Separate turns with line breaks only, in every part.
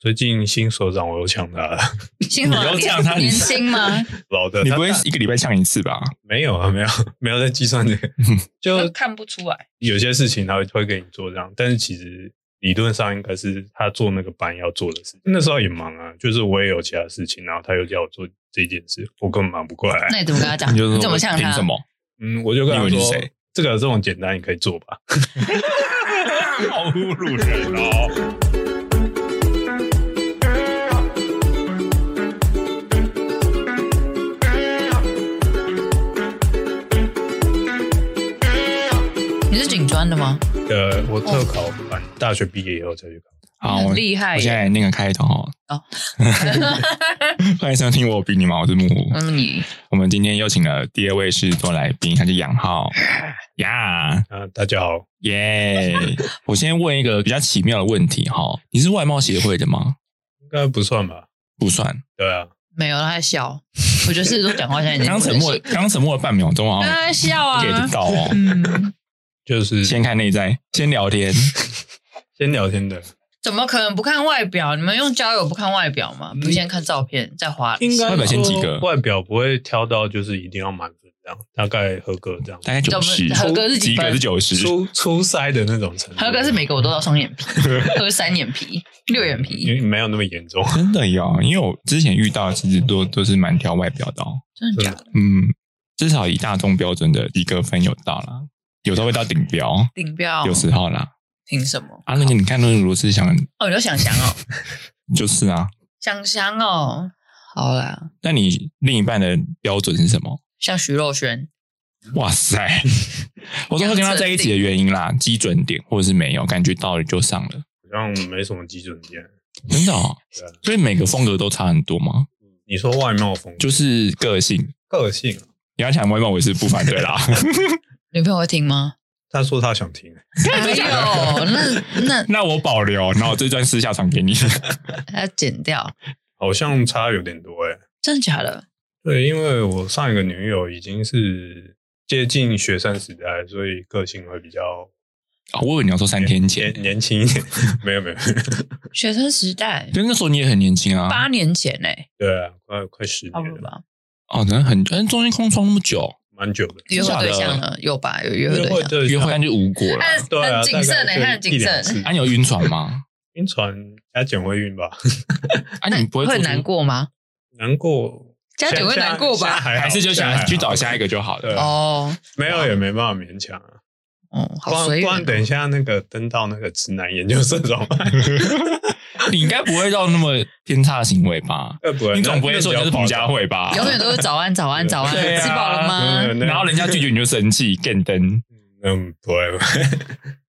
最近新手掌我又抢他了，
幸好
你又呛他
年轻 吗？
老的
你不会
他
一个礼拜呛一次 吧？
没有啊？没有 没有在计算这个，
嗯
就
就 看不出来。
有些事情他会会给你做这样，但是其实理论上应该是他做那个班要做的事情。那时候也忙啊，就是我也有其他事情，然后他又叫我做这件事，我根本忙不过来。
那你怎么跟他讲？
你就说
怎么呛
凭
他？
什么？
嗯，我就跟他
你以为你是
说
谁，
这个这种简单你可以做 吧。好侮辱人哦！
你是警专的吗？
呃，我特考完大学毕业以后才去考。
好，
很
我
厉害
我现
耶！
在那个开头哦。
哦
欢迎收听我有比你忙，我是木木。
嗯，你
我们今天邀请了第二位是做来宾，他是杨 浩呀
啊、大家好，
耶。我先问一个比较奇妙的问题哈，你是外貌协会的吗？
应该不算吧？
不算，
对啊，
没有，他在笑。我觉得狮子座讲话现 在已经
刚沉默，刚沉默了半秒钟
他
啊
在笑啊。
，get 到哦。
嗯，
就是
先看内在，先聊天，
先聊天的，
怎么可能不看外表？你们用交友不看外表
嗯
吗？不先看照片，再花。
应该
外表先及格
说外表不会挑到就是一定要满分这样，大概合格这样。
大概九十，
合格是几
及
分
格是九十，
初初筛的那种程度，
合格是每个我都要双眼 皮，和三眼皮、六眼
因
嗯
皮，
为没有那么严重。
真的有，因为我之前遇到其实都都是蛮挑外表的、哦，
真的假的？
嗯，至少以大众标准的及格分有到啦，有时候会到顶标，
顶标
有时候啦。
凭什么？
啊，那个你看，那个罗志祥
哦，你就想想哦，
就是啊。
想想哦，好啦，
那你另一半的标准是什么？
像徐若瑄，
哇塞！我说会跟他在一起的原因啦，基准点或者是没有，感觉到了就上了，
好像没什么基准点。
真的、哦
对啊。
所以每个风格都差很多吗？
你说外貌风格
就是个性，
个性啊，
你要讲外貌，我也是不反对啦。
女朋友会听吗？
他说他想听，
哎呦，那那
那我保留，然后我这段私下传给你。
还要呃剪掉，
好像差有点多哎、欸。
真的假的？
对，因为我上一个女友已经是接近学生时代，所以个性会比较
哦我以为你要说三天前
年，年轻一点。 没有没有，
学生时代，
就那时候你也很年轻啊。
八年前哎、
对啊，快快十
差不多
年了，
吧？
哦，真的很，嗯，中间空窗那么久，
蛮久的。
约会对象呢？有吧？有约会对象。
对
约会
象
案就无果了。
他
对啊，
很谨慎
大
哎，
概
他很
就
谨
一两
慎。
次
啊，你有晕船吗？
晕船加减会晕吧，
啊，你不会做
会
出
难，过吗？
难过
加减会难过吧？
还
还是就想去找
下。
下一个就好
对
了。
哦，
没有也没办法勉强啊，
哦，
不
好
然
随
不
缘
然
哦。
等一下那个登到那个直男研究社 怎么办？
你应该不会到那么偏差的行为吧？
呃不然
你总不会说你就是彭佳
那比较
慧吧？
永远都是早安，早安，早安，
对啊
吃饱了
夸张
吗？
对
然后人家拒绝你就生气，更登，
嗯不会不会，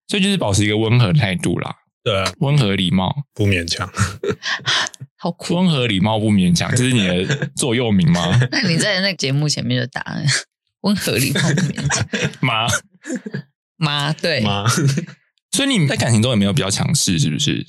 所以就是保持一个温和态度啦，
对啊，
温和礼貌，
不勉强。
好酷。
温和礼貌不勉强，这是你的座右铭吗？
那你在那个节目前面的答案， 温和礼貌不勉强
妈，
吗？对，
妈，
所以你在感情中也没有比较强势，是不是？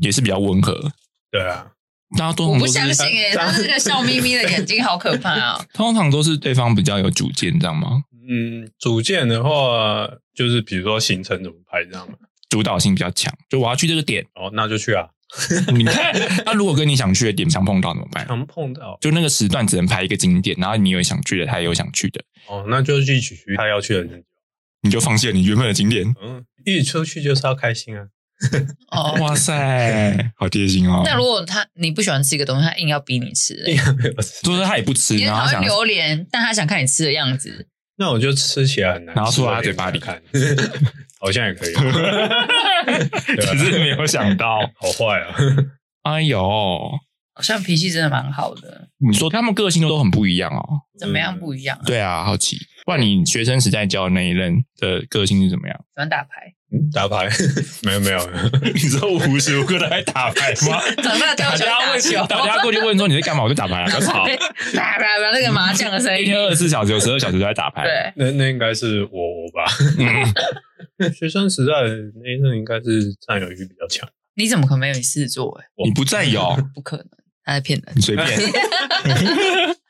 也是比较温和，
对啊，
大家通
我
常
不
都是
相信哎，他这个笑眯眯的眼睛好可怕啊！
通常都是对方比较有主见，这样吗？
嗯，组建的话就是比如说行程怎么排这样嘛，
主导性比较强，就我要去这个点，
哦那就去啊，
你 看，那如果跟你想去的点相碰到怎么办？
常碰到
就那个时段只能排一个景点，然后你有想去的，他也有想去的，
哦那就一起去他要去的人，
你就放弃了你原本的景点。
嗯，一起出去就是要开心啊，
哦，
哇塞， 好贴心哦！
那如果他你不喜欢吃一个东西，他硬要逼你吃欸，
就是他也不吃，
你很
然后
讨
他想
厌，榴莲，但他想看你吃的样子，
那我就吃起来很难吃，
然后吐到他嘴巴里
看， 好像也 可以，啊
只是没有想到。
好坏啊，
哎呦，
好像脾气真的蛮好的。
你说他们个性都很不一样哦。
怎么样不一样啊？
对啊，好奇，不然你学生时代教的那一任的个性是怎么样？
喜欢打牌，
嗯打牌没有没有，
你说无时无刻都在打牌吗？
长 大之后
大
喜
家
欢打球
问，，大家过去问说你在干嘛？我在打牌啊，不要吵。
对啪啪啪那个麻将的声
一
音
天，二十四小时，有十二小时都在打牌。
对，
那那应该是我我吧。
嗯，
学生时代那一阵应该是占有欲比较强，
你怎么可能没有你狮子座？哎，
你不再有，
不可能，他在骗人。
你随便。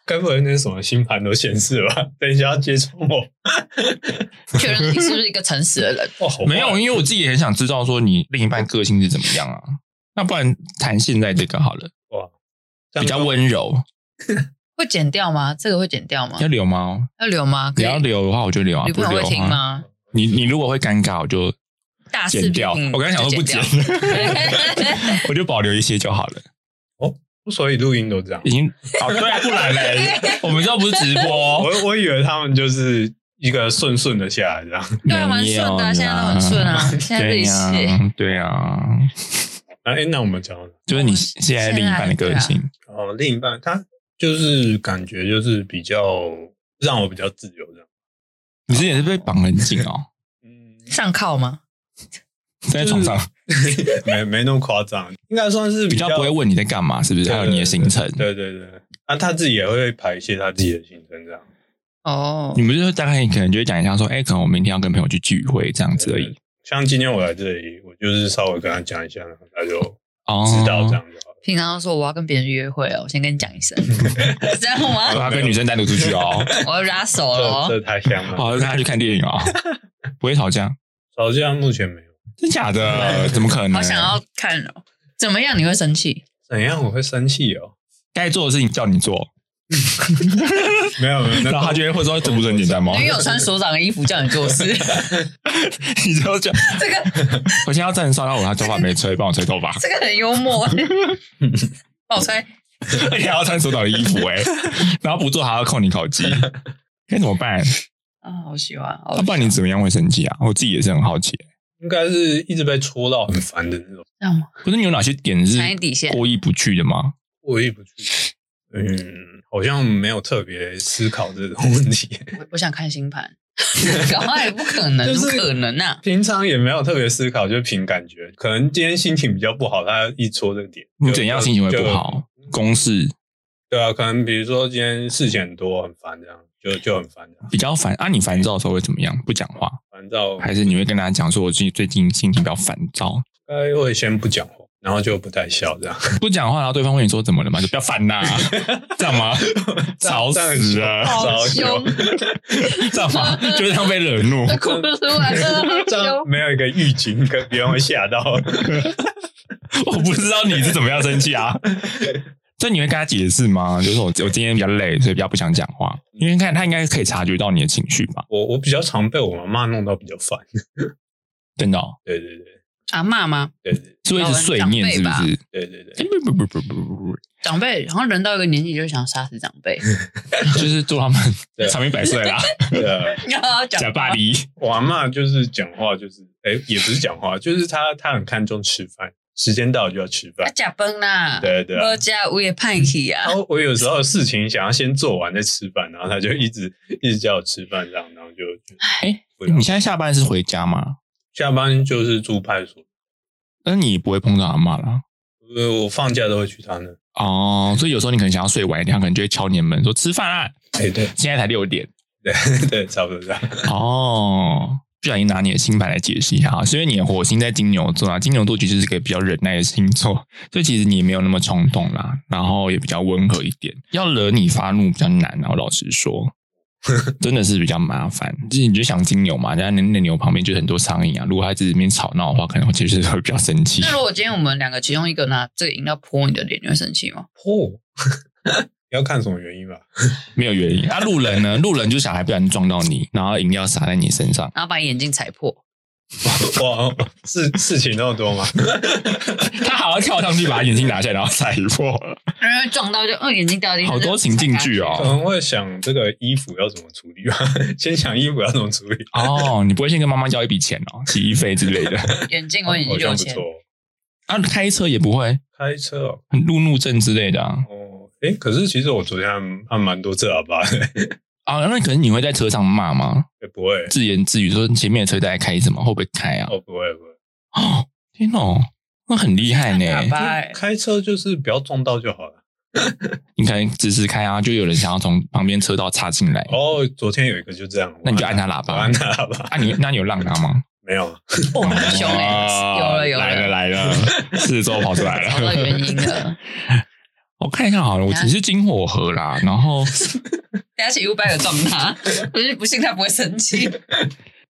该不会那什么星盘都显示吧？等一下要揭穿我，
确认你是不是一个诚实的人？
哇，好坏
没有，因为我自己也很想知道说你另一半个性是怎么样啊。那不然谈现在这个好了，
哇，
比较温柔。
会剪掉吗？这个会剪掉吗
要？留吗？
要留吗？可
你
以
要留的话，我就留啊；
女
不
朋友
留
会
的
听
话，
吗？
你你如果会尴尬，我就
大肆
剪
批
掉。
评，
我刚才想说不剪
就，
我就保留一些就好了。
这样所以录音都这样
已。 经哦，对啊，不然嘞，我们这不是直播，
我我以为他们就是一个顺顺的下来这样，
对啊，蛮顺的啊，现在都很顺啊， 现在
对
日
呀、
系。
对呀、
哎、那我们讲到哪
就是你现在另一半的个性，
哦，另一半他就是感觉就是比较让我比较自由这样，
你之前是被绑很紧哦，
嗯，
上铐吗？
在床上
没没那么夸张，应该算是
比
较
较不会问你在干嘛，是不是？
对
还有你的行程，
对对对，啊，他自己也会排泄他自己的行程这样，
哦
你，们就是大概可能就会讲一下说，哎、可能我明天要跟朋友去聚会这样子而
对
已。
像今天我来这里，我就是稍微跟他讲一下，然后他就
哦，
知道这样就好了。
平常都说我要跟别人约会哦，我先跟你讲一声，是这样
我
吗？
要跟女生单独出 去哦，
我要拉手了哦
这这太香了。
我要跟她去看电 影哦，不会吵架，
吵架目前没有。
真 假的？怎么可能？
好想要看哦。怎么样？你会生气？
怎样我会生气哦？
该做的事情叫你做，
没有没有，那
然后他就会会说这不是很简单吗？
哦
女友穿所长的衣服叫你做事，
你就讲
这个
我现在要站上，然后我他头发没吹，帮我吹头发，
这个很幽 默。欸帮我猜，
而且还要穿手岛的衣服哎、然后不做还要扣你烤鸡，该怎么办？
啊，好喜欢，好
哦
那不然你怎么样会生气啊？我自己也是很好奇、
应该是一直被戳到很烦的那种，
这样吗？
可是你有哪些点是
哪一底线
过意不去的吗？
过意不去。嗯，好像没有特别思考这种问题，
我想看星盘， 搞坏也不可能，
就是
怎么可能啊？
平常也没有特别思考，就凭感觉。可能今天心情比较不好，他一戳这个点，
你
就
怎样心情会不？
就
好？公事
对啊，可能比如说今天事情很多，很烦这样，就就很烦这样，
比较烦啊？你烦躁的时候会怎么样？不讲话，
烦躁，
还是你会跟他讲说，我最近最近心情比较烦躁，
应该会先不讲话，然后就不太笑这样。
不讲话，然后对方问你说怎么了嘛？就不要烦 呐、这样吗？吵死 了，
好
凶，
这样吗？就是这样被惹 怒。
哭出来了，
这
好
样
凶。
没有一个预警，可别人会吓到。
我不知道你是怎么样生气啊？所以你会跟他解释吗？就是我我今天比较累，所以比较不想讲话。因为看他应该可以察觉到你的情绪吧？
我我比较常被我妈妈弄到比较烦。
真的、哦，
对对对
阿骂吗？
对对
是会一直碎念，是不
长
是？
对对对，
哎不不不不不不，
长辈，然后人到一个年纪就想杀死长 辈，
就是祝他们
对
长命百岁啦，
对啊，
然后讲
假巴黎。
我阿妈就是讲话就是，哎、也不是讲话，就是她她很看重吃饭，时间到了就要吃
啊
饭。
假崩啦，
对对啊
不加我也叛逆啊
然，后我有时候事情想要先做完再吃饭，然后她就一直一直叫我吃饭这样，然后就就
哎
不要
你现在下班是回家吗？
下班就是住派出所，
那你也不会碰到阿妈啦。
呃，我放假都会去她那。
哦，所以有时候你可能想要睡晚一点，他可能就会敲你的门说吃饭啦。
哎、对
现在才六点。
对对，差不多这样。
哦，不小心拿你的星盘来解释一下啊，是因为你的火星在金牛座啊，金牛座其实是个比较忍耐的星座， 所以其实你也没有那么冲动啦，然后也比较温和一点，要惹你发怒比较难啊，我老实 说。真的是比较麻烦，就是你就想金牛嘛，人家那那牛旁边就很多苍蝇啊，如果它在里面吵闹的话，可能就是会比较生 气
那。如果今天我们两个其中一个拿这个饮料泼你的脸，你会生气吗？
哦， 要看什么原因吧。
没有原因。那、路人呢？路人就小孩不小心撞到你，然后饮料洒在你身上，
然后把你眼镜踩破，
哇，事事情那么多吗？
他好好跳上去把眼镜拿下来，然后踩破。
然后撞到就嗯眼睛掉地上，
好多情境剧哦
可能会想这个衣服要怎么处理吧，先想衣服要怎么处理。
哦，你不会先跟妈妈要一笔钱哦，洗衣费之类的。
眼镜我眼睛
好
就有
像不
钱
错，哦。
啊，开车也不会，
开车哦，
路怒症之类的啊。
哦，哎，可是其实我昨天还还蛮多次喇叭的，
啊，那可能你会在车上骂吗？
诶不会，
自言自语说前面的车在开什么，会不会开啊？
哦，不会不会，
哦，天哦，那很厉害
喇
呢。
叭欸
开车就是不要撞到就好了。
你可能直直开啊，就有人想要从旁边车道插进来，
哦，昨天有一个就这样，
那你就按他喇
我
叭
按。他喇叭，
啊，你那你有让他吗？
没有，
哦，很凶哎，有了有
哦来了 来了，四周跑出来
找到
了。
原因了。
我看一下好了，我只是金火河啦，然后
等下起 U b i 撞他，我就不信他不会生气。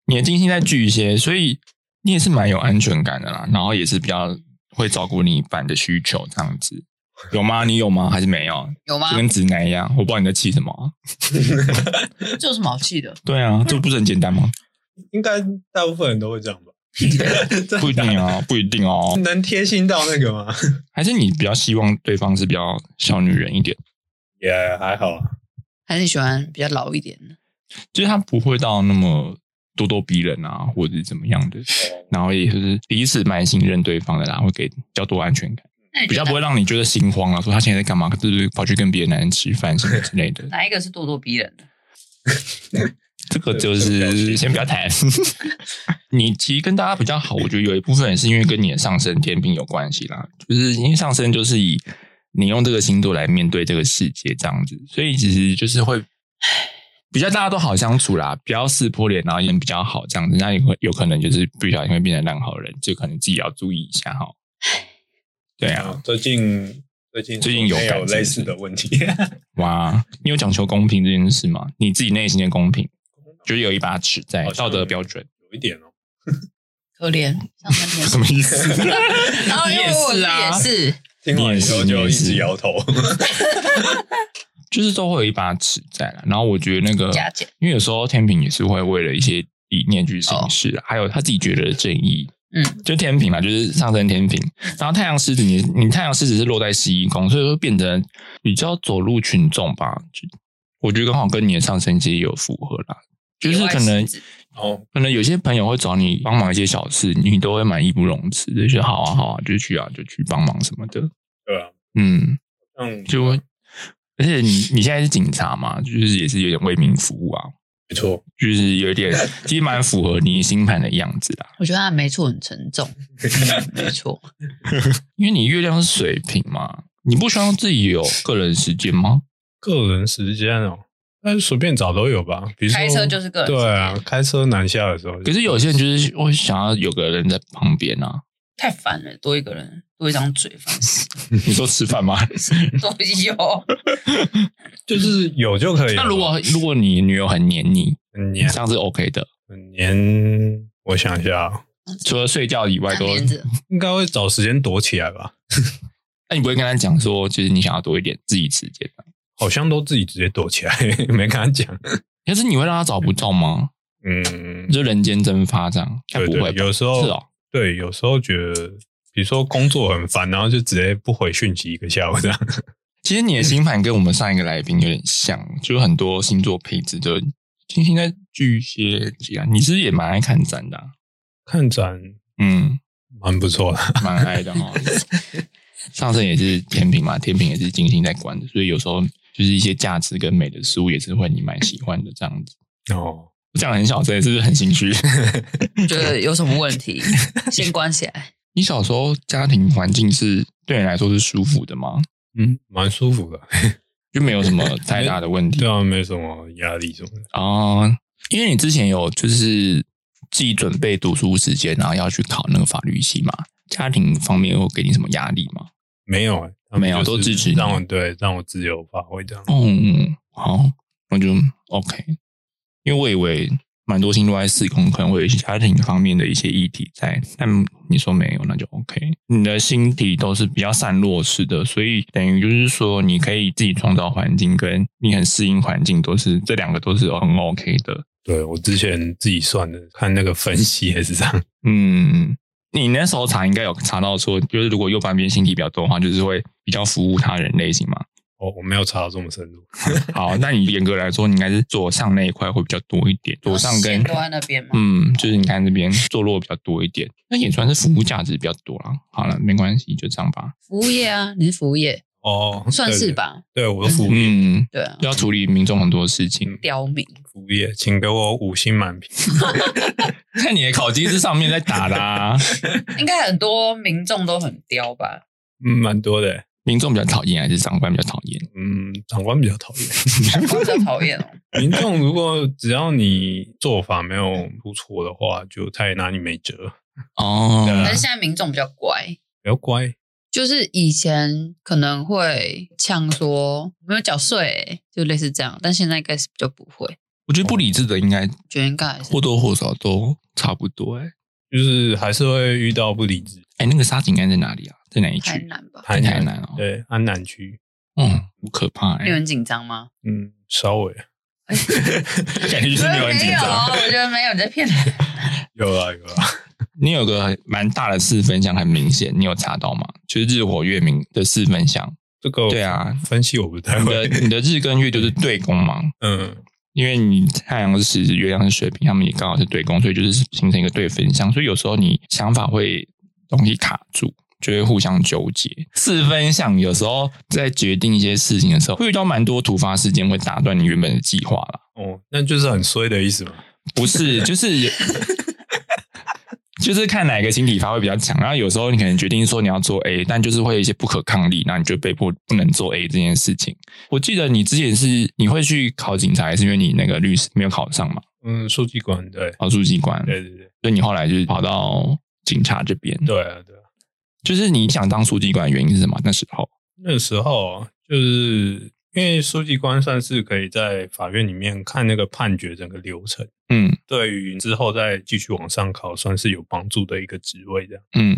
你的金星在巨蟹，所以你也是蛮有安全感的啦，然后也是比较会照顾另一半的需求，这样子有吗？你有吗？还是没有？
有啊吗
就？跟直男一样，我不知道你在气什么啊、
这有什么好气的？
对啊，这不是很简单吗？
应该大部分人都会这样吧？
不一定啊，不一定哦。
能贴心到那个吗？
还是你比较希望对方是比较小女人一点，
也还好啊，
还是你喜欢比较老一点的？
就是他不会到那么咄咄逼人啊，或者是怎么样的，然后也就是彼此蛮信任对方的啦，会给比较多安全感，
那你
比
觉
较
得。
不会让你觉得心慌啊，说他现在在干嘛，是不是跑去跟别的男人吃饭什么之类的
哪一个是咄咄逼人的？
这个就
这个不要
是
提
先不要谈。 你其实跟大家比较好，我觉得有一部分也是因为跟你的上升天平有关系啦，就是因为上升就是以你用这个星座来面对这个世界这样子，所以其实就是会比较大家都好相处啦，比较撕破脸，然后也比较好这样子，那你会有可能就是不小心会变成烂好人，就可能自己要注意一下哈。 对啊，
哦最近最近
最近有
国内
感
有
是不是
类似的问题，
哇，你有讲求公平这件事吗？你自己内心的公平，就是有一把尺在
好像
道德标准，
有一点哦。
可怜，上三天
什么意思？
然后因为哦我
你也是啊
自己也是，
听完以后
你
就一
也是你也
直
是
摇头，
就是都会有一把尺在了。然后我觉得那个
加减，
因为有时候天平也是会为了一些理念去行事，啊还有他自己觉得的正义，
嗯，
就天平嘛，就是上升天平。然后太阳狮子你，你太阳狮子是落在十一宫，所以会变得比较走入群众吧。就我觉得刚好跟你的上升阶有符合啦，啊就是可
野外
能
狮子
哦，
可能有些朋友会找你帮忙一些小事，你都会蛮义不容辞的，就好啊好啊，就去啊就去帮忙什么的，
对啊，
嗯。
嗯，
就会，而且你你现在是警察嘛，就是也是有点为民服务啊，
没错，
就是有一 点其实蛮符合你星盘的样子啦。
我觉得他没错，很沉 重，嗯没错，
因为你月亮是水瓶嘛，你不希望自己有个人时间吗？
个人时间哦，那随便找都有吧。比如说
开车就是个人时间
对啊，开车南下的时候，
可是有些人就是会想要有个人在旁边啊。
太烦了，多一个人，多一张嘴，烦死，
嗯
你说吃 饭吗？
都有。
就是有就可以了。
那如果如果你女友很黏你，
很
这
黏
样是 OK 的。
很黏，我想一下哦，
除了睡觉以外
看
都，
帘子，
应该会找时间躲起来吧？
那你不会跟他讲说，就是你想要多一点自己时间啊。
好像都自己直接躲起来， 没跟他讲。
可是你会让他找不到吗？
嗯，
就人间蒸发这样？应该
对
不会
对，
吧
有时候
是哦，
对，有时候觉得，比如说工作很烦，然后就直接不回讯息一个下午这样。
其实你的星盘跟我们上一个来宾有点像，就是很多星座配置就金星在巨蟹啊，你是不是也蛮爱看展的啊、
看展
嗯，
蛮不错的，
蛮爱的哈、哦。上升也是天平嘛，天平也是金星在管的，所以有时候就是一些价值跟美的事物也是会你蛮喜欢的这样子。
哦，
我讲得很小声，是不是很心虚？
觉得有什么问 题，先关起来。
你小时候家庭环境是对你来说是舒服的吗？
嗯，蛮舒服的。
就没有什么太大的问题
对啊，没什么压力什么的。
哦，因为你之前有就是自己准备读书时间，然后要去考那个法律系嘛，家庭方面有给你什么压力吗？
没有、欸，他们
没有
就是
都支持你
让我对让我自由发挥这样。
嗯，好，那就 OK。因为我以为蛮多星座在四宫可能会有一些家庭方面的一些议题在，但你说没有，那就 OK。你的星体都是比较散落式的，所以等于就是说，你可以自己创造环境，跟你很适应环境，都是这两个都是很 OK 的。
对我之前自己算的，看那个分析也是这样。
嗯，你那时候查应该有查到说，就是如果右半边星体比较多的话，就是会比较服务他人类型 嘛。
哦我我没有查到这么深入，
好，那你严格来说，你应该是左上那一块会比较多一
哦
点，左上跟
啊
线都在那边嘛，
嗯，就是你看这边坐落比较多一点，那也算是服务价值比较多啦。好了，没关系，就这样吧。
服务业啊，你是服务业，
哦，
算是吧？
对。对，我的服务业，
嗯，
对啊，
要处理民众很多事情
嗯。
刁民，
服务业，请给我五星满评。
看你的考机是上面在打啊啦、
应该很多民众都很刁 吧？
嗯，蛮多的欸。
民众比较讨厌还是长官比较讨 厌？
嗯，长官比较讨厌。
我比较讨厌 哦。
嗯
民众如果只要你做法没有出错的话，就他也拿你没辙。
哦，
对啊
但是现在民众比较乖，
不要乖，
就是以前可能会呛说没有缴税欸，就类似这样，但现在应该是比较不会，
我觉得不理智的应该
觉得应该还是
或多或少都差不多哎、
就就是还是会遇到不理智。
哎，那个沙井案在哪里啊？在哪一
太
区？
难吧？
台
台南哦
对，安南区，
嗯，好可怕哎、
你们紧张吗？
嗯，稍微
感觉就是没有很紧张。
我觉得没有你在 骗人。
有啊有啊，
你有个蛮大的四分项，很明显，你有查到吗？就是日火月明的四分项。
这个
对啊，
分析我不太
你 的
会，
你的日跟月就是对宫嘛，
嗯，
因为你太阳是狮子，月亮是水瓶，他们也刚好是对宫，所以就是形成一个对分相。所以有时候你想法会东西卡住，就会互相纠结。四分相有时候在决定一些事情的时候，会遇到蛮多突发事件，会打断你原本的计划啦。
哦，那就是很衰的意思嘛。
不是，就是就是看哪个心理发挥比较强。然后有时候你可能决定说你要做 A，但就是会有一些不可抗力，那你就被迫不能做 A 这件事情。我记得你之前是你会去考警察，是因为你那个律师没有考上嘛，
嗯，书记官，对，
考书记官，
对对对，
所以你后来就是跑到警察这边。
对啊对啊。
就是你想当书记官的原因是什么？那时候
那时候就是因为书记官算是可以在法院里面看那个判决整个流程，
嗯
对于之后再继续往上考算是有帮助的一个职位这样。
嗯，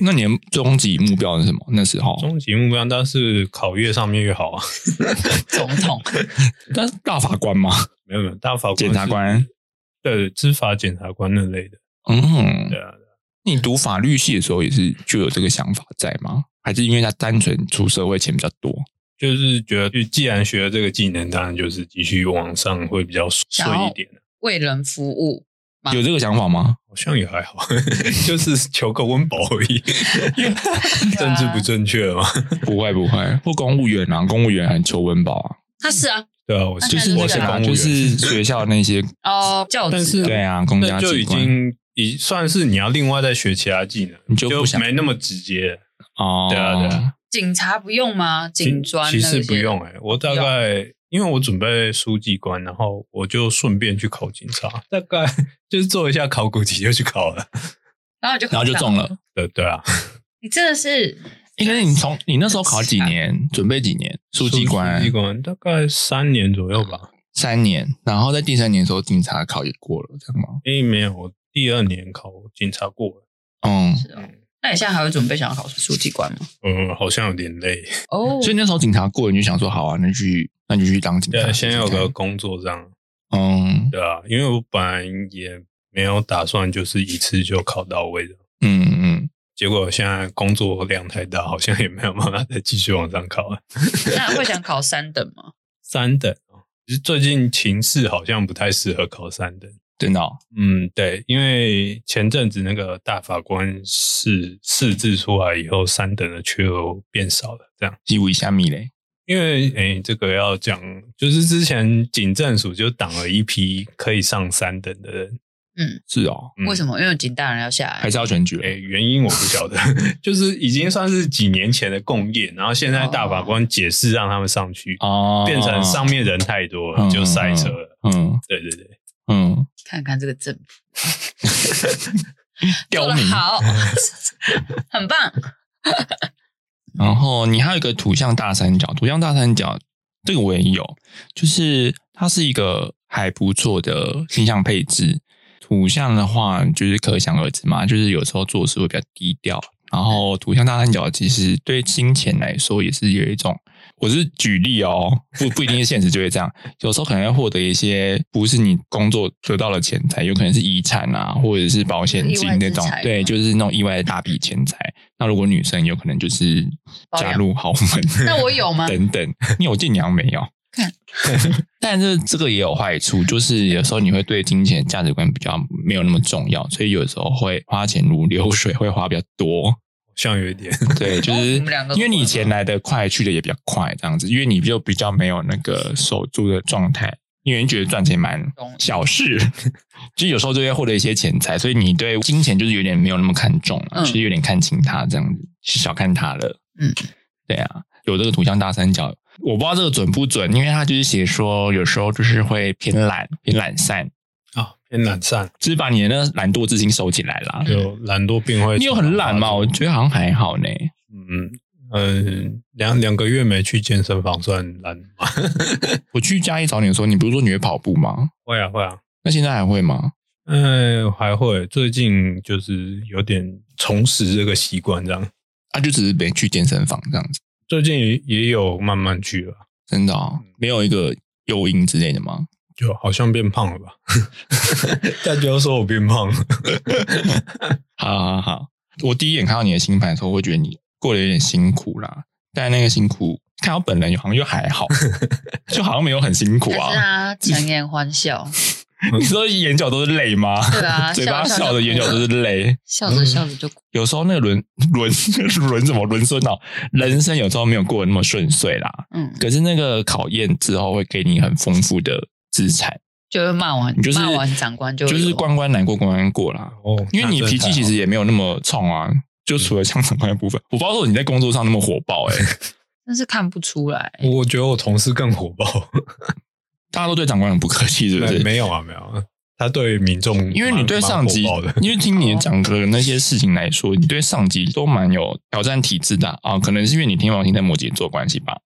那你的终极目标是什么？那时候，
哦终极目标当然是考越上面越好啊，
总统，
但是大法官吗？
没有没有，大法官是
检察官？
对知法检察官那类的，
嗯
对，啊，
你读法律系的时候也是就有这个想法在吗？还是因为他单纯出社会钱比较多？
就是觉得就既然学了这个技能，当然就是继续往上会比较顺一点。
为人服务， 啊
有这个想法吗？
好像也还好， 就是求个温饱而 已，
啊
政治不正确嘛。
不会不会，或公务员啊，公务员很求温饱啊，
他是啊，
对啊，我是
那就是
我
这
是
个
公务
啊
员，
就是学校那些
哦，教
但
职
是
啊，
对啊，公
那
家
就
机
已
关
经已算是你要另外再学其他技能，
你就不想
没那么直接。
哦，
对啊对啊
警察不用吗？
其
警专
其
那
实
些
不用哎、我大概因为我准备书记官，然后我就顺便去考警察，大概 就是做一下考古题就去考了。
然后你就
然后就
考上
中了。
对对啊，
你真的是
欸可是你从你那时候考几年，准备几年？书记官
书记官大概三年左右吧。
三年，然后在第三年的时候，警察考也过了，这样吗？
诶，没有，我第二年考警察过了。
嗯，
是哦。那你现在还会准备想要考书记官吗？
嗯，好像有点累。
哦，
所以那时候警察过，你就想说好啊，那就去那就去当警
对啊，
察，
先有个工作这样。
嗯
对啊，因为我本来也没有打算就是一次就考到位的。
嗯嗯，
结果现在工作量太大，好像也没有办法再继续往上考了。
那会想考三等 吗？
三等哦，只是最近情势好像不太适合考三等。
真的哦
嗯，对，因为前阵子那个大法官释释字出来以后，三等的缺额变少了。这样，
几五以下米嘞，
因为诶，这个要讲，就是之前警政署就挡了一批可以上三等的人。
是哦，
嗯
为什么？因为警大人要下来
还，是要选举？
诶、原因我不晓得， 就是已经算是几年前的共业，然后现在大法官解释让他们上去，
哦，
变成上面人太多
嗯
了，就塞车了。
嗯
对对对，
嗯，
看看这个政府
刁
做得
民。
好，很棒。嗯
然后你还有一个图像大三角，图像大三角这个我也有，就是它是一个还不错的形象配置。图像的话，就是可想而知嘛，就是有时候做事会比较低调。然后图像大三角其实对金钱来说也是有一种，我是举例哦，不不一定是现实就会这样， 有时候可能要获得一些不是你工作得到的钱财，有可能是遗产啊，或者是保险
意
金
外啊之
那种
财，
对，
吗
就是那种意外的大笔钱财。那如果女生有可能就是加入豪门
那我有吗？
等等，你有见娘没有？
看，
但是这个也有坏处，就是有时候你会对金钱价值观比较没有那么重要，所以有时候会花钱如流水，会花比较多。
好像有一点。
对，就
哦
是
我们两个
因为
都
你
会
钱来得快，去的也比较快，这样子，因为你就比较没有那个守住的状态，因为你觉得赚钱蛮
懂
小事， 就有时候就会获得一些钱财，所以你对金钱就是有点没有那么看重了，
嗯
就是有点看轻它这样子，小看它了。
嗯，
对啊，有这个图像大三角，我不知道这个准不准，因为它就是写说有时候就是会偏懒、
嗯
偏懒散，
啊，偏懒散，
就是把你的那懒惰之心收起来啦。
有懒惰病会。
你有很懒吗？我觉得好像还好呢。
嗯嗯，两两个月没去健身房算懒吗？
我去嘉义找你的时候，你不是说你会跑步吗？
会啊会啊，
那现在还会吗？
嗯，还会最近就是有点重拾这个习惯，这样
啊，就只是没去健身房这样子，
最近也也有慢慢去了，
真的、
嗯
哦、没有一个诱因之类的吗？
就好像变胖了吧？ 大家都说我变胖了，
好好好，我第一眼看到你的新盘的时候，我会觉得你过得有点辛苦啦，但那个辛苦看到本人好像又还好，就好像没有很辛苦
但是他
啊。
强颜欢 笑，
你说眼角都是泪吗？
对啊，
嘴巴
笑
笑
着
的眼角都是嗯泪。
笑着笑着就哭。
有时候那个轮 轮轮什么轮孙哦，人生有时候没有过得那么顺遂啦。
嗯，
可是那个考验之后会给你很丰富的资产，
就会骂完，
你就是
骂完长官就
就
有
是关关难过关关过啦。
哦，
因为你
那
脾
真的
气
太
其
好嗯
实也没有那么冲啊，就除了像长官的部分，我不知道说你在工作上那么火 爆哎、
但是看不出来。
哦
了，我觉得我同事更火爆，
大家都对长官很不客气，是不
没
是？
没有啊，没有啊，他对民众蛮，
因为你对上级
蛮火爆 的，
因为 听你讲的那些事情来说，你对上级都蛮有挑战体制的啊。可能是因为你天王星在摩羯座关系吧，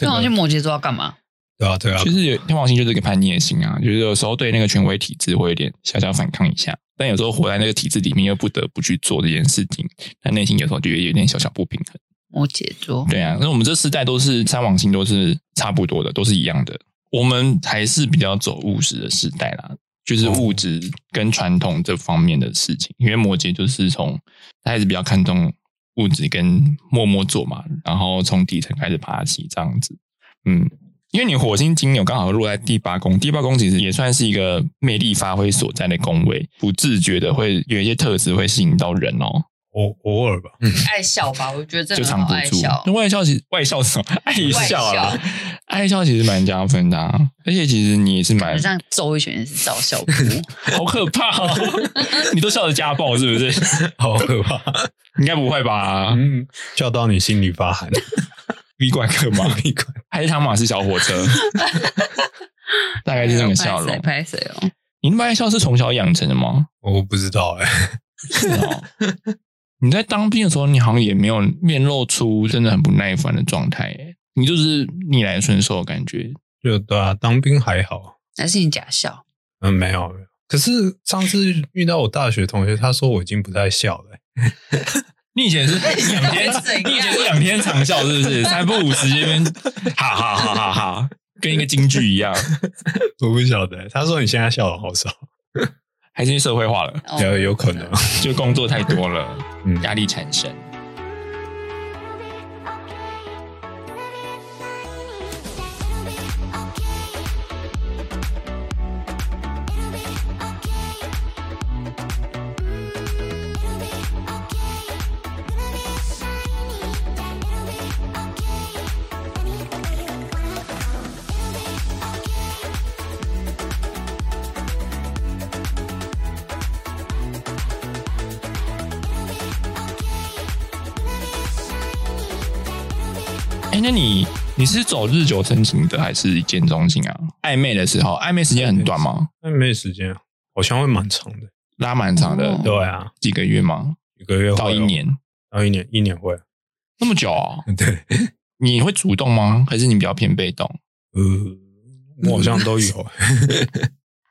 那我去摩羯座要干嘛？
对啊，对啊
其，实有天王星就是个叛逆的心啊，就是有时候对那个权威体制会有点小小反抗一下，但有时候活在那个体制里面又不得不去做这件事情，但内心有时候觉得有点小小不平衡。
摩羯座，
对啊，那我们这四代都是三王星，都是差不多的，都是一样的。我们还是比较走务实的时代啦，就是物质跟传统这方面的事情。因为摩羯就是从他还是比较看重物质跟默默做嘛，然后从底层开始爬起这样子。嗯，因为你火星金牛刚好落在第八宫，第八宫其实也算是一个魅力发挥所在的宫位，不自觉的会有一些特质会吸引到人哦。
偶偶尔吧，
爱笑吧，我觉得真
就
的
藏
好
不
爱
住
笑。。
外校其实 外校是什么？爱笑
外
啊， 爱笑其实蛮加分的、啊，而且其实你也是蛮
很像揍一拳也是照笑哭，
好可怕、 哦， 你都笑着家暴是不是？
好可怕，
应该不会吧？
嗯，叫到你心里发 寒，
V 怪客吗？
一块
还是汤马斯小火 车？大概是这个笑
拍谁
容。
拍谁哦？
你那爱笑是从小养成的吗？
我不知道哎、
是哦。你在当兵的时候，你好像也没有面露出真的很不耐烦的状态耶，你就是逆来顺受的感觉。
就对啊，当兵还好，
还是你假笑？
嗯，没有没有。可是上次遇到我大学同学，他说我已经不太笑了、欸
你以前是两天
怎，样
你以前是两天长笑是不是？三不五时这边，哈哈哈哈哈，跟一个京剧一样，
我不晓得、欸他说你现在笑的好少，
还是社会化了，
哦
有有可能。
就工作太多了，
嗯
压力产生。哎，那你你是走日久生情的，还是一见钟情啊？暧昧的时候，暧昧时间很短吗？
那没时间啊，好像会蛮长的。
拉蛮长的，
哦
对啊，
几个月吗？
一个月会
到一
有，
年，
到一年，一年会。啊呃
那么久哦？
对，
你会主动吗？还是你比较偏被动？
呃，我好像都有、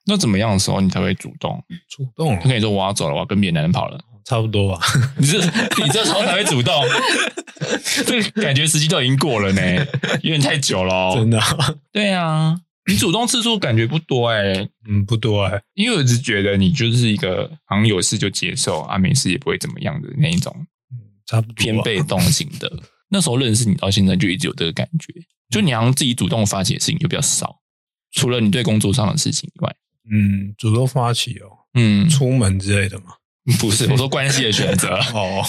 那怎么样的时候你才会主动？
主动啊
他，跟你说我要走了，我要跟别的男人跑了。
差不多啊吧。
你这你这时候才会主动，这个感觉时机都已经过了呢，有点太久 了、
真
哦。
的啊、
对啊，你主动次数感觉不多哎、
嗯，不多哎、
因为我只觉得你就是一个好像有事就接受啊，没事也不会怎么样的那一种
差不多啊吧
偏被动型 的。那时候认识你到现在就一直有这个感觉，就你好像自己主动发起的事情就比较少，除了你对工作上的事情以外，
嗯，主动发起哦，
嗯，
出门之类的嘛。
不是我说关系的选 择，
哦，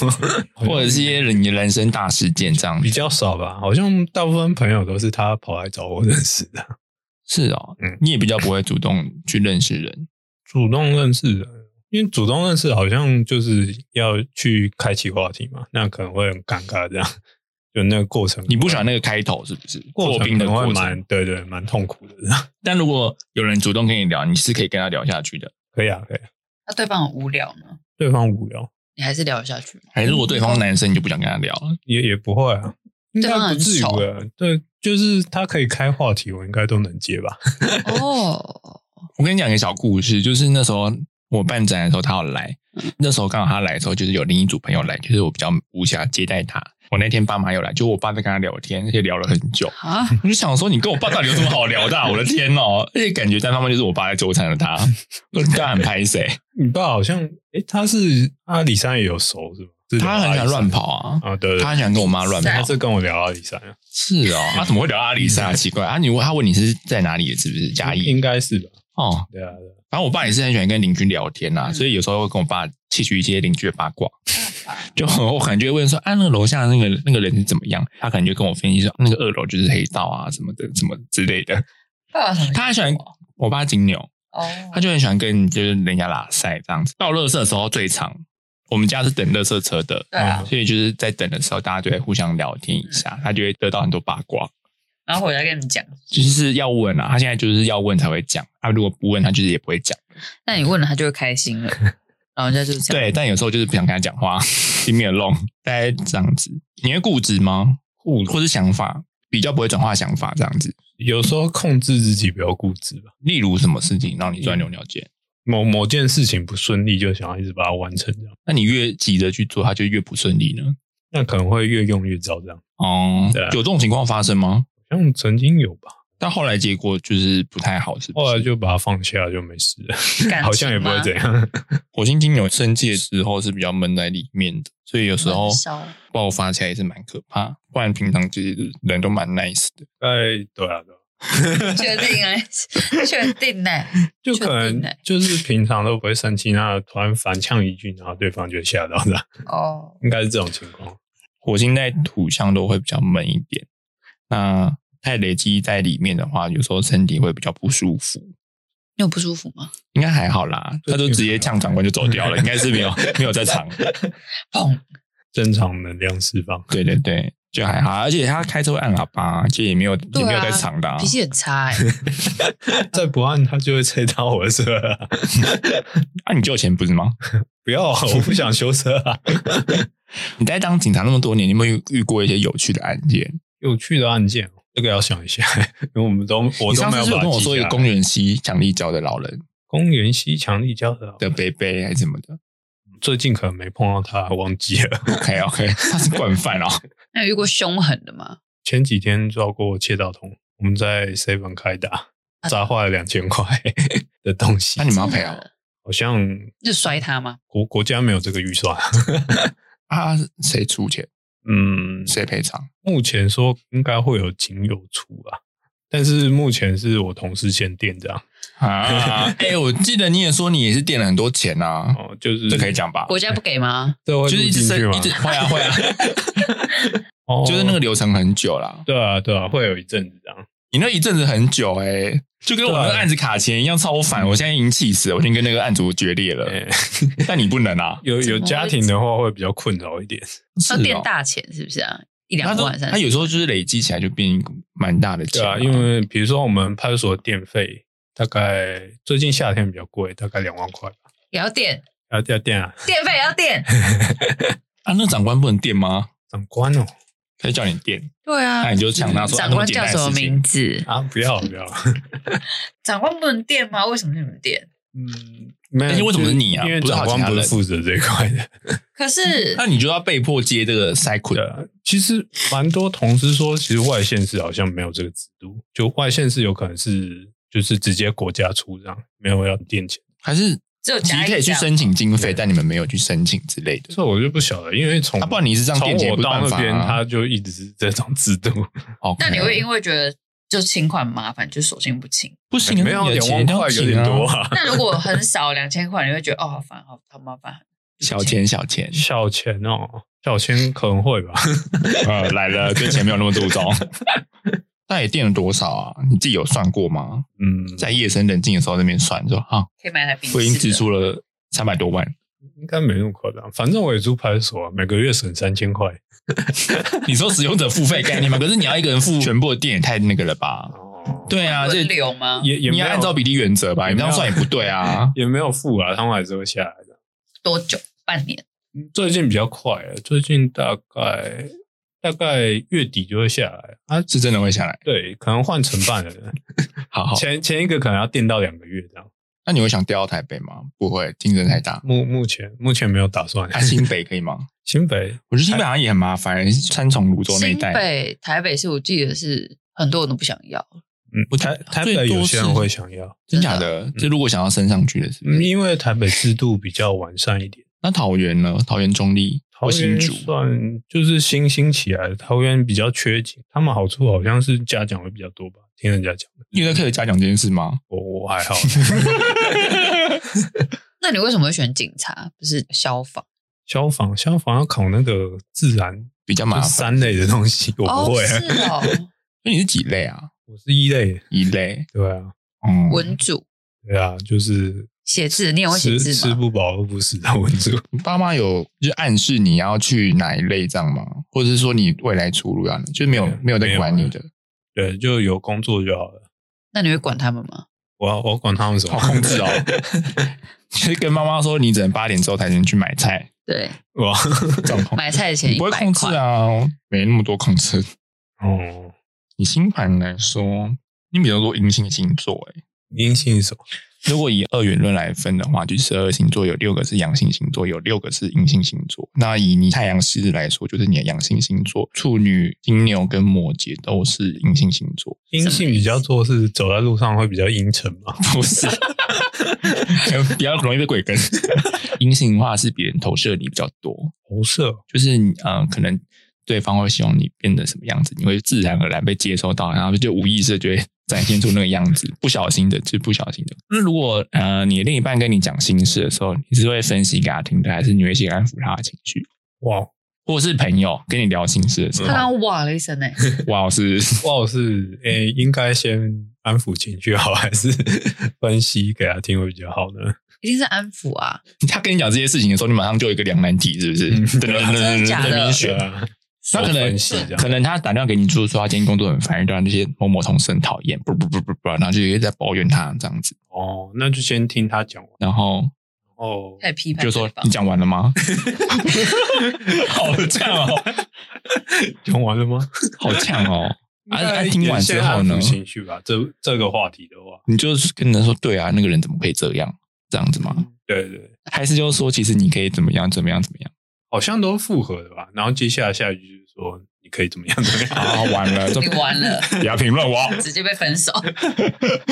或者是一些人人生大事件这样 子
比。较少吧，好像大部分朋友都是他跑来找我认识的，
是哦，
嗯
你也比较不会主动去认识人，
主动认识的。因为主动认识好像就是要去开启话题嘛，那可能会很尴尬，这样就那个过程，
你不喜欢那个开头是不是？
过程可
兵的
能会
过程。
蛮对对蛮痛苦的， 这样
但如果有人主动跟你聊，你是可以跟他聊下去的。
可以啊可以啊，
那对方很无聊呢，
对方无聊
你还是聊得下去吗？
还是如果对方男生，你就不想跟他聊了？
也也不会啊，应该
对方
不
很
至于
丑
啊，
啊
对，就是他可以开话题，我应该都能接吧，
哦，
我跟你讲一个小故事，就是那时候我办展的时候，他要来，那时候刚好他来的时候，就是有另一组朋友来，就是我比较无暇接待他。我那天爸妈又来，就我爸在跟他聊天，而且聊了很久。
啊，
我就想说，你跟我爸到底有什么好聊的啊、我的天哦！而且感觉单方面就是我爸在纠缠着他，我当然拍谁，
你爸好像，诶、他是阿里山也有熟是吗？是聊
他很
阿
想乱
里山
跑啊，
啊，对对对
他很想跟我妈乱跑
他。是跟我聊阿里山啊，
是哦，他怎么会聊阿里山啊？奇怪，啊，你问他问你是在哪里，是不是嘉义？
应该是吧？
哦，
对啊，对啊
反正我爸也是很喜欢跟邻居聊天呐、
嗯
所以有时候会跟我爸窃取一些邻居的八卦。 就我可能就会问说，啊，那个楼下那个那个人是怎么样？他可能就跟我分析说，那个二楼就是黑道啊，什么的，什么之类的。
爸爸什么？
他很喜欢我爸金牛，
哦，
他就很喜欢跟就是人家拉塞这样子。倒垃圾的时候最长，我们家是等垃圾车的，
对啊，
所以就是在等的时候，大家就会互相聊天一下，他就会得到很多八卦。
然后回来跟你讲，
就是要问啊，他现在就是要问才会讲，他、如果不问，他就是也不会讲。
那你问了他就会开心了，然后人家就是这样，
对，但有时候就是不想跟他讲话 ，leave me alone，大概这样子。你会固执吗？
固
或是想法比较不会转化想法这样子。
有时候控制自己不要固执吧。
例如什么事情让你钻牛角
嗯
尖？
某某件事情不顺利，就想要一直把它完成，这样，
那你越急着去做，它就越不顺利呢？
那可能会越用越糟，这样。
哦、
对啊
有这种情况发生吗？
好像曾经有吧，
但后来结果就是不太好，是不
后来
是？
就把它放下，就没事了，
感情吗
好像也不会怎样。
火星金牛生气的时候是比较闷在里面的，所以有时候
闷骚
爆发起来也是蛮可怕。不然平常其实人都蛮 nice 的。
哎，对啊，对啊，
确定哎，确定哎，
就可
确定
能
欸
就是 平常都不会生气，那突然反呛一句，然后对方就吓到了，
哦，
应该是这种情况。
火星在土象都会比较闷一点，那太累积在里面的话，有时候身体会比较不舒服。
你有不舒服吗？
应该还好啦，他就直接呛长官就走掉了，应该是 没有没有在场。
砰，
正常能量释放，
对对对，就还好，而且他开车会按喇叭，就也没有、
对啊
也没有在场的、啊
脾。气很差哎，
再不按他就会吹到我的车啊、
啊，你就有钱不是吗？
不要啊，我不想修车啊。
你在当警察那么多年，你有没有遇遇过一些有趣的案件？
有趣的案件，哦这个要想一下，因为我们都我
你
都
上
没有
次是有
把它
跟我
记
说
下
一个
来
公园西强力胶的老人
公园西墙立交的，
的杯杯还是什么的
最近可能没碰到他，忘记了。
？OK OK，他 是惯犯哦。
那有遇过凶狠的吗？
前几天抓过窃盗通，我们在 Seven 开打，
啊
砸坏了两千块的东西
那。你们要赔哦？
好像
就摔他吗？
国国家没有这个预 算。
啊，谁出钱？
嗯，
谁赔偿？
目前说应该会有警有出啊，但是目前是我同事先垫这样。
啊， 哎、我记得你也说你也是垫了很多钱啊，
哦，就是
这可以，讲吧？
国家不给吗？
这会
就
录
是一直
进去
升，
吗
一？直会啊 会啊，
哦
就是那个，流程很久啦。
对啊对啊，会有一阵子这样。
你那一阵子很久哎、就跟我
啊
那个案子卡钱一样超烦，我现在已经气死了，我已经跟那个案主决裂了。
嗯哎
但你不能啊，
有
怎么
有
会
家庭的话会比较困扰一点。
是
要垫
哦。
大钱是不是啊？一
他
两
说
万三
他有时候就是累积起来就变一个蛮大的钱
对
啊、
啊，因为比如说我们派出所的电费大概最近夏天比较贵，大概两万块吧。
也要垫
要要电啊，
电费也要 垫，
啊，那长官不能垫吗？
长官哦
他就叫你垫，
对啊
那你就抢他说
长官叫什么名？
啊
字？
啊，不要不要，
长官不能垫吗？为什么你们垫？
嗯， 没
而且为什么是你啊
因为
不是好
长官
其他
不是
人
负责这一块的。
可是
那么简单的事情那你就要被迫接这个 cycle
对啊，其实蛮多同事说，其实外县市好像没有这个制度，就外县市有可能是就是直接国家出让，没有要垫钱。
还是
只有
其
加
实
一
可以去
项
申请经费，
对
但你们没有去申请之类的。
这我就不晓得，因为从
啊，不然你是这样
从
电解
我
不
到
办
那
法
边，
啊。
他就一直是这种制度。
OK
那你会因为觉得就请款麻烦，就索性不 请？
不行 啊，
没有
你的
两
钱
万
一定要
块有
请
点
啊
多啊。
那如果很少两千块，你会觉得哦好烦，好好麻烦。
小钱小钱
小钱哦，小钱可能会吧。
呃来了，对钱没有那么注 重。那也垫了多少啊？你自己有算过吗？
嗯，
在夜深人静的时候，那边算说啊，
可以买台冰室的。
我已经支出了三百多万。
应该没那么夸张。反正我也住派出所、啊，每个月省三千块。
你说使用者付费概念吗？可是你要一个人付 全部的店，也太那个了吧？
哦，
对啊，这
轮流吗？
也也
你
没有
要按照比例原则吧？
也
你
没
这
有。
样算也不对啊
也没有付啊，他们还是会下来的。
多久？半年？
最近比较快了，最近大概大概月底就会下来啊。
是真的会下来。
对，可能换承办了，
好好，
前前一个可能要垫到两个月这样。
那你会想调到台北吗？不会，竞争太大。
目目前目前没有打算。
啊，新北可以吗？
新北
我觉得新北好像也很麻烦， 三重、泸州那一
新
带。
北、台北是我记得是很多人都不想要，
嗯
我，觉
台
得
台
最
北有
多
些
是
人会想要，
真假的？
嗯
就如果想要升上去的是不是，
嗯因为台北制度比较完善一点。
那桃园呢？桃园中立
桃
或新
园
竹，
算就是新兴起来的，桃园比较缺景，他们好处好像是嘉奖会比较多吧，听人家讲的。
你有在特别嘉奖这件事吗？
我我还好，
那你为什么会选警察，不是消防？
消防消防要考那个自然
比较麻
就
烦。
三类的东 西，我不会
哦，。是 哦，
那你是几类啊？
我是一类，
一类，
对啊，
嗯，
文主
对啊，就是
写字，你也会写
吃
字
吃
吗？
不饱饿不死的文字。
你爸妈有就是暗示你要去哪一类这样吗？或者是说你未来出路啊，就是没有
没有
没有在管
没有
你的，
对，就有工作就好了。
那你会管他们吗？
我要我管他们什么
好？控制哦。 就是跟妈妈说你只能八点之后才能去买菜，
对，
我要
这种控
买菜的钱
你
一
哦不会
百
控制
块，
啊，没那么多控制。
哦，
以星盘来说，你比较多阴性星座诶、
阴性什么？
如果以二元论来分的话，就十二星座有六个是阳性星座，有六个是阴性星座。那以你太阳狮子来说，就是你的阳性星座，处女、金牛跟摩羯都是阴性星座，
阴性比较多是走在路上会比较阴沉嘛？
不是， 比较容易被鬼跟。 阴性的话是别人投射你比较多，
投射
就是你呃，可能对方会希望你变得什么样子，你会自然而然被接收到，然后就无意识地就会展现出那个样子，不小心的，就是不小心的。那如果呃，你的另一半跟你讲心事的时候，你是会分析给他听的，还是你会先安抚他的情绪？
哇
或者是朋友跟你聊心事的时
他
候，
刚刚哇了一声呢，
哇，我是
哇，我是诶、应该先安抚情绪好，还是 分析给他听会比较好呢？
一定是安抚啊，
他跟你讲这些事情的时候，你马上就有一个两难题，是不是？
嗯
对
真的假的
对啊，
那呃
多
可能
分析这样
可能他打电话给你就是说他今天工作很烦，让那些某某同事很讨厌，不不不不不，然后就一直在抱怨他这样子，
哦，那就先听他讲完，哦
然后
然后
太批判
就
对
说
方
你讲完了吗？好呛哦，
讲完了吗？
好呛哦！啊啊，听完之
先
后
安
呢
抚，情绪吧，这这个话题的话，
你就是跟人说对啊，那个人怎么可以这样这样子吗？
对对，对
还是就是说其实你可以怎么样怎么样怎么样？
好像都复合的吧。然后接下来下一句就是说，你可以怎么样怎么样，
啊，完了，
你完了，
不要评论我，
直接被分手。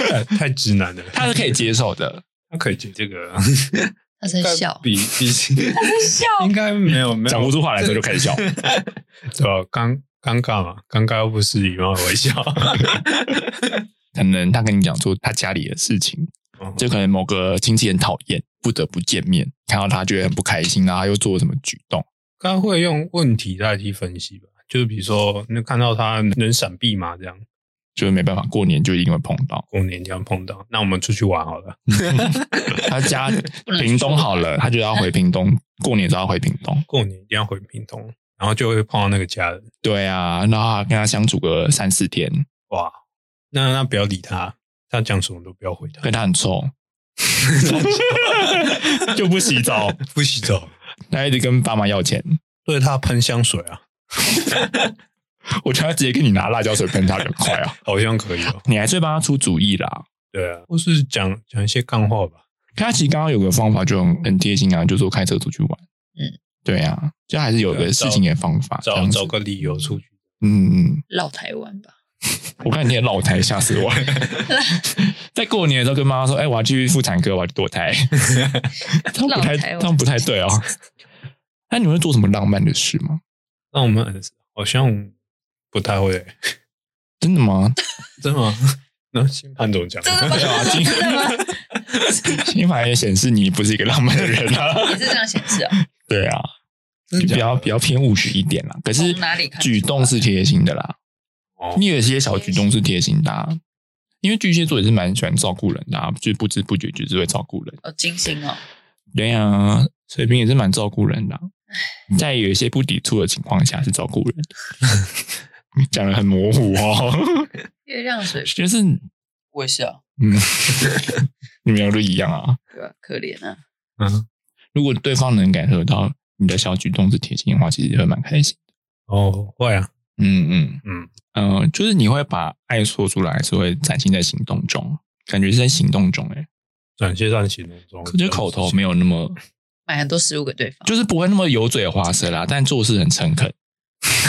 太太直男了，
他是可以接受的。
他可以接这个，
他在笑，
比比起
笑，
应该没有没有
讲不出话来的时候就开始笑，
对吧、尴尴尬嘛，尴尬又不失礼貌的微 笑。
可能他跟你讲出他家里的事情，
嗯
就可能某个亲戚很讨厌，不得不见面，看到他觉得很不开心，然啊后他又做了什么举动，
该会用问题代替分析吧，就是比如说，那看到他能闪避吗？这样。
就是没办法，过年就一定会碰到
过年这样碰到，那我们出去玩好了。
他家屏东好了，他就要回屏东，过年就要回屏东。
过年一定要回屏东，然后就会碰到那个家人。
对啊，然后他跟他相处个三四天，
哇，那那不要理他，他讲什么都不要回他，
跟他很臭， 就不洗澡，
不洗澡，
他一直跟爸妈要钱，
对他喷香水啊，
我觉得他直接给你拿辣椒水喷他很快 啊！
好像可以哦。
你还是会帮他出主意啦。
对啊，或是讲讲一些干话吧。
可他其实刚刚有个方法就很很贴心啊，就说开车出去玩。
嗯，
对啊，就还是有个事情的方法。这
找
样子
找个理由出去。
嗯嗯，
绕台湾 吧，
我看你也老台，吓死我！ 在过年的时候跟妈妈说：“哎、我要去妇产科，我要去堕胎。”他们不太，
老台湾
他们不太对哦。那你们会做什么浪漫的事吗？
那我们好像不太会，
真的吗？
真的吗？ 那星盘怎么讲？
真的吗？
今
真的吗？
新法也显示你不是一个浪漫的人啊。
也是这样显示啊？
对啊，
真
就
的
比
假
较
的
比较偏务实一点啦。可是
从哪里看出来
举动是贴心的啦，
哦
你有一些小举动是贴心的、啊，因为巨蟹座也是蛮喜欢照顾人的、啊，就是不知不觉就是会照顾人。
哦，金星哦，
对呀、水瓶也是蛮照顾人的啊、在有一些不抵触的情况下是照顾人。讲的很 模糊哦，
月亮水瓶，
就是嗯，
我也是啊，
你们两个都一样啊。
对吧？可怜啊，
嗯，
如果对方能感受到你的小举动是贴心的话，其实会蛮开心。
哦，会啊，
嗯嗯，
嗯，
呃，就是你会把爱说出来，是会展现在行动中，感觉是在行动中、欸，哎，
展现在行动中，
可是口头没有那么，
买很多食物给对方，
就是不会那么油嘴滑舌啦，但做事很诚恳，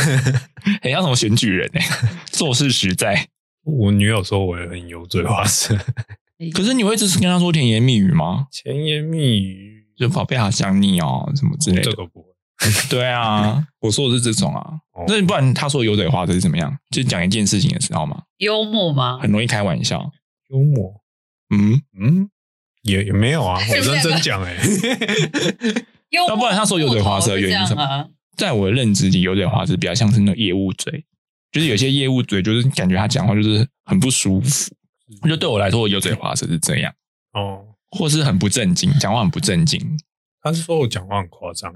很像什么选举人哎、欸， 做事实在。
我女友说我也很油嘴滑舌，
可是你会只是跟他说甜言蜜语吗？
甜言蜜语
就宝贝好想你哦，什么之类
这
的。
个不会。
对啊，我说的是这种啊
哦。
那不然他说油嘴滑舌是怎么样？就讲一件事情的时候嘛，
幽默吗？
很容易开玩笑。
幽默，
嗯，
嗯，也也没有 啊，我
们两
认
个
真讲哎、
幽默，
要不然他说油嘴滑舌的原因是什
木
么
头是这样啊？
在我的认知里，油嘴滑舌比较像是那种业务嘴，就是有些业务嘴，就是感觉他讲话就是很不舒服。就对我来说，我油嘴滑舌是这样，
哦，
或是很不正经，讲话很不正经，
他是说我讲话很夸张，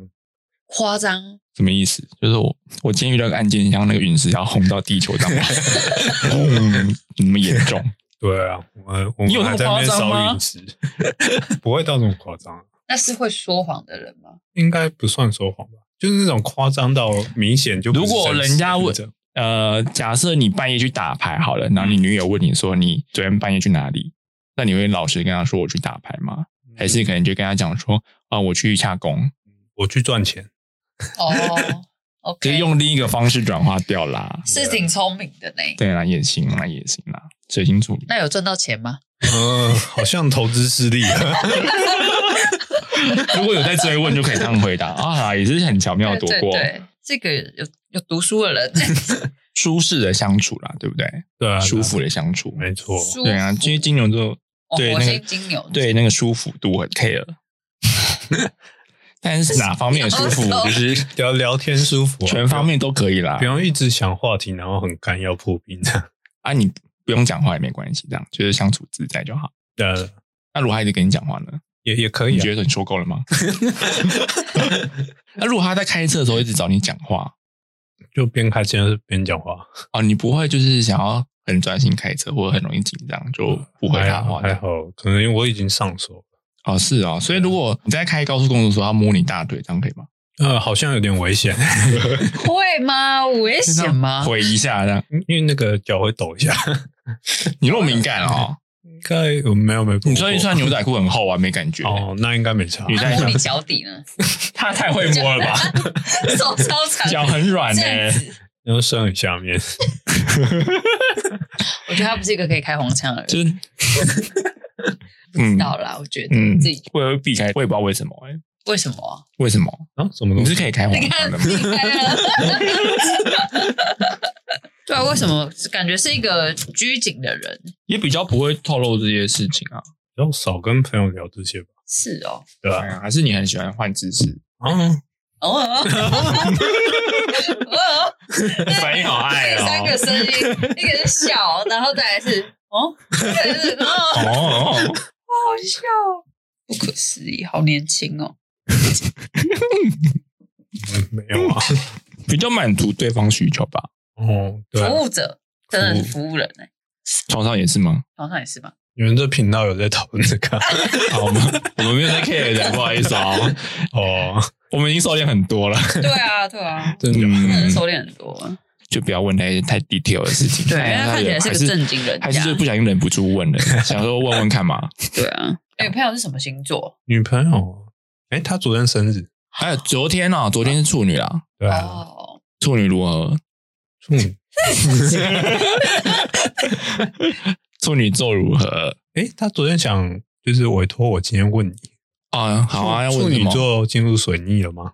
夸张，
什么意思？就是我我今天遇到个案件，像那个陨石要轰到地 球上面，轰那么严重。
对啊，我们我
你有
们
那么
还在那边
夸
烧
张吗
陨石， 不会到那么夸张，啊
那是会说谎的人吗？
应该不算说谎吧，就是那种夸张到明显就不是
如果
真实
人家
的
问
这样
呃，假设你半夜去打牌好了，
嗯
然后你女友问你说你昨天半夜去哪里，那你会老实跟她说我去打牌吗？还
嗯
是可能就跟她讲说啊、我去洽公，
嗯我去赚钱，
哦
就
，OK，
是用另一个方式转化掉啦。
是挺聪明的呢。
对啦，也行啦，也行啦，水晶处理。
那有赚到钱吗？
嗯、好像投资失利啊，
如果有在追问，就可以这样回答啊，也是很巧妙躲
对
过
对对，这个有有读书的 人，
舒适的相处啦，对不对？
对啊，
舒服的相处，
没错，
舒服
对啊，因为金牛座
哦
对
火
那个
星金牛，
对那个舒服度很 care，但是哪方面的舒服，
哦
就是
聊聊天舒服、啊，
全方面都可以啦
不。用一直想话题，然后很干要破冰这样，
啊，你不用讲话也没关系，这样就是相处自在就好。
呃，
那如果他一直跟你讲话呢？
也也可以、
你
啊，
觉得你说够了吗？ 那如果他在开车的时候一直找你讲话
就边开车边讲话，
啊，你不会就是想要很专心开车，或者很容易紧张就不回他
还好
话？
还好，可能我已经上手了，
哦，是哦，所以如果你在开高速公路的时候，他摸你大腿，这样可以吗？
呃，好像有点危险，
会吗？危
啊
险 吗？
回一下这样，
因为那个脚会抖一下，
你那么敏感 哦。
应该我没有没有，
你说你穿牛仔裤很厚啊，没感觉。
哦，那应该没差，
你
他
在
摸你脚底呢，
他太会摸了 吧？
手超长，
脚很软欸呢、
这样子，
然后伸很下面，
我觉得他不是一个可以开黄腔的人。
就是嗯
到啦，我觉得
嗯
自己，
会会避开，我也不知道为什么、欸，
为什么啊？
为什么？
啊，什么
你
东
是
西？
可以开黄
你
腔
看
的吗？
避开了。对啊，为什么感觉是一个拘谨的人？
也比较不会透露这些事情啊。
比较少跟朋友聊这些吧，
是哦，
对吧、
哎呀还是你很喜欢换姿势，
嗯，
哦哦，哦
反应好爱
对三个
哦。
声音，一个是笑，然后再来是哦，再来是哦，好
哦，
好笑哦，不可思议，好年轻哦。
嗯没有 啊，
比较满足对方需求吧。
哦，对啊、
服务者真的是服务人哎，
床上也是吗？
床上也是吧？
你们这频道有在讨论这 个啊
好，我们我们没有在 care 的，不好意思啊、哦，
哦，
我们已经收敛很多了。
对啊，对啊，
真的假的
真的
嗯
是收敛很多。
就不要问那些太 detail 的事情。
对，因
哎
为他看
呀
起来是
还
个正经人
还
家
是就不小心忍不住问了，想说问问看 嘛。
对啊，哎，朋友是什么星座？
女朋友，哎，她昨天生日，
还有昨天哦，昨天是处女啦，
对啊，
哦，
处女如何？
处女，
处女座如何？
哎，她昨天想就是委托我今天问你，
啊，好啊，要
处
问什
女
么
座进入水逆了吗？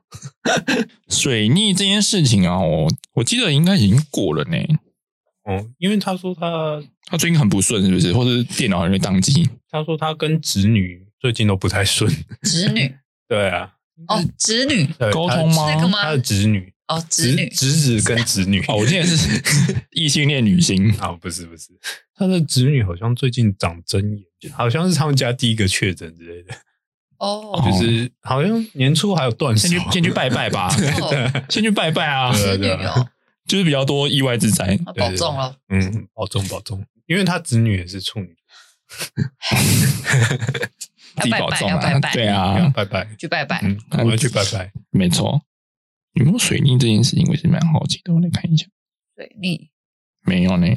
水逆这件事情啊，我我记得应该已经过了呢。
哦，因为他说他
他最近很不顺，是不是？或者是电脑很容易宕机？
他说他跟侄女最近都不太顺。
侄女
对啊，
哦，侄女
对
沟通吗
他
那个吗
他的侄女，
哦，侄
侄
女
侄子跟侄女。
哦，我记 得是异性恋女星，
啊，不是不是，他的侄女好像最近长针眼，好像是他们家第一个确诊之类的，
哦
哦
就是好像年初还有断手
先。去先去拜拜吧，
哦
先去拜拜啊，
啊对
侄
啊
女
对啊
哦，
就是比较多意外之灾。
啊保重了。
嗯，保重保重，因为他侄女也是处女，
自己
要拜
保
拜
重
要拜
啊！
拜
对
要
啊，
拜拜。
去拜拜。
嗯，我要去拜拜。
没错。有没有水逆这件事情，我也是蛮好奇的，我来看一下。
对你
没有呢。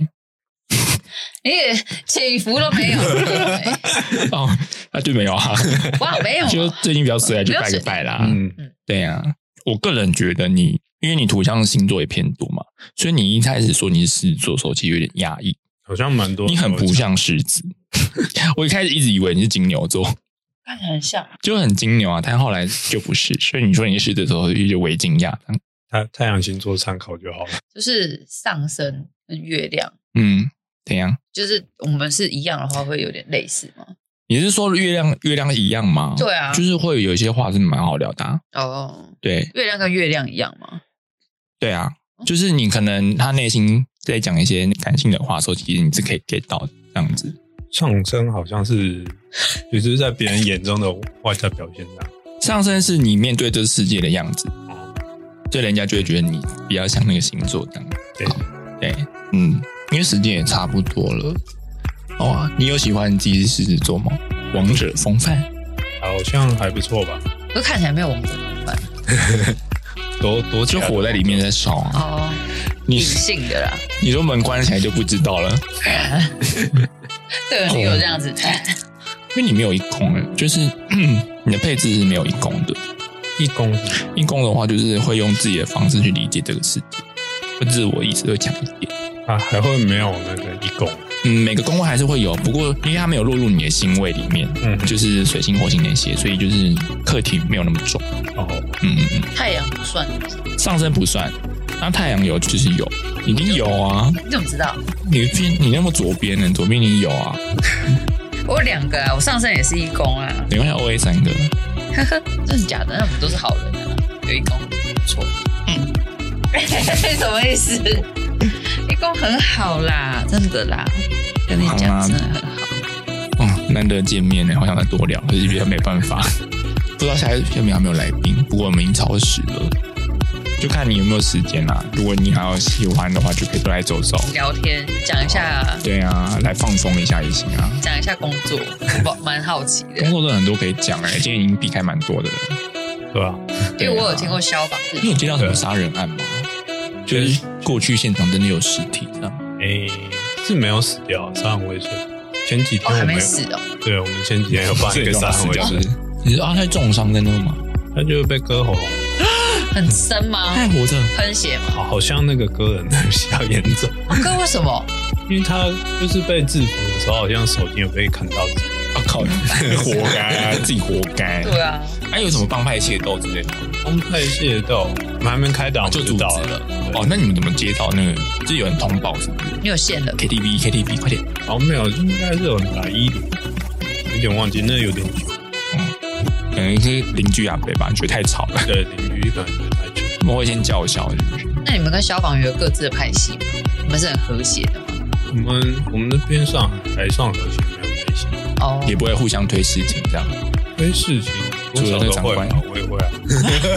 哎，起伏都没有，对
哦，那就没有啊，
哇，没有啊，
就最近比较衰，就
没有
拜
水
个拜啦。
嗯，
对呀、我个人觉得你，因为你土象星座也偏多嘛，所以你一开始说你是狮子座的时候，其实有点压抑，
好像蛮多。
你很不，像狮子。 我一开始一直以为你是金牛座，
看起来很像，
就很金牛啊，但后来就不是。所以你说你是狮子的时候，就为惊讶。
太太阳星座参考就好了。
就是上升跟月亮，
嗯，怎样？
就是我们是一样的话，会有点类似吗？
你是说月亮月亮一样吗？
对啊
就是会有一些话是蛮好聊的啊、
哦，
对
月亮跟月亮一样吗？
对啊，就是你可能他内心在讲一些感性的话的时候，其实你是可以 get 到的这样子。
上升好像是，也就是在别人眼中的外在表现啊上。
上升是你面对这个世界的样子，所以人家就会觉得你比较像那个星座这样。
对
好，对，嗯，因为时间也差不多了。哦、啊，你有喜欢你自己是狮子座吗？王者风范，
好像还不错吧，
可看起来没有王者风范
多多
就火在里面在烧啊。
哦，
你
隐性的啦，
你说门关起来就不知道了，
对，你有这样子看，
因为你没有一宫了，就是 你的配置是没有一宫的。
一公是
一宫的话，就是会用自己的方式去理解这个世界，会自我意识会强一点。
啊，还会没有那个一公，
嗯，每个宫位还是会有，不过因为它没有落入你的星位里面，
嗯
就是水星、火星那些，所以就是课题没有那么重。
哦，
嗯嗯
太阳不算，
嗯，上升不算，那太阳有就是有，已经有啊。
你怎么知道？
你偏你那么左边呢？左边你有啊？
我有两个啊，我上升也是一宫啊，
你关系 O A 三个，
真的假的？那我们都是好人啊，有一宫不错，嗯， 什么意思？一宫很好啦，真的啦，跟你
好
讲
吗
真的很好。
嗯，难得见面呢，好想再多聊，可是比较没办法。 不知道下一下面还有没有来宾，不过我们已经超时了，就看你有没有时间啦、如果你还有喜欢的话，就可以多来走走。
聊天，讲一下
对啊，来放松一下也行啊。
讲一下工作，我 蛮好奇的
工，作真的很多可以讲哎、今天已经避开蛮多的了。
对吧、
啊
因为我有听过消防
你
日，
有接到什么杀人案吗？就是过去现场真的有尸体这样。
诶、是没有死掉，杀人未遂。前几天
哦，还
我们
没
有
死哦，
对我们前几天有办一个杀人未遂，
是你说啊，他重伤在那吗？
他就是被割喉咙，
很深吗
他？还活着。
喷血吗？
好像那个割人的比较严重，
啊哥，为什么？
因为他就是被制服的时候，好像手机有被砍到自己。
我、啊 靠，活该啊，自己活该。
对啊，
还、有什么帮派械斗之类的？
崩溃械斗，我们还没开打
就
我
阻
们到
止
了，
了。哦，那你们怎么接到那个？就是有人通报是不是
你有线了，
？KTV KTV，快点！
好像没有，应该是有打一零，有点忘记，那有点久。
嗯可能是邻居阿伯吧，觉得太吵了，
对，淋雨感觉太久。
我会先叫嚣，是不是？
那你们跟消防员有各自的派系吗？你们是很和谐的吗？
我们我们那边上海上和谐没有危险，
哦，
也不会互相推事情这样。
推事情多少都会吧，我也会啊，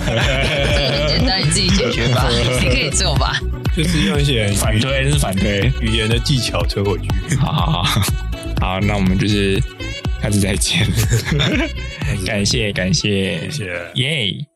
这 个很简单，你自己解决吧，你可以做吧。
就是用一些
反推是反推。
语言的技巧推回去。
好好好， 好，那我们 就是下次再见。感谢感谢，
谢谢
耶。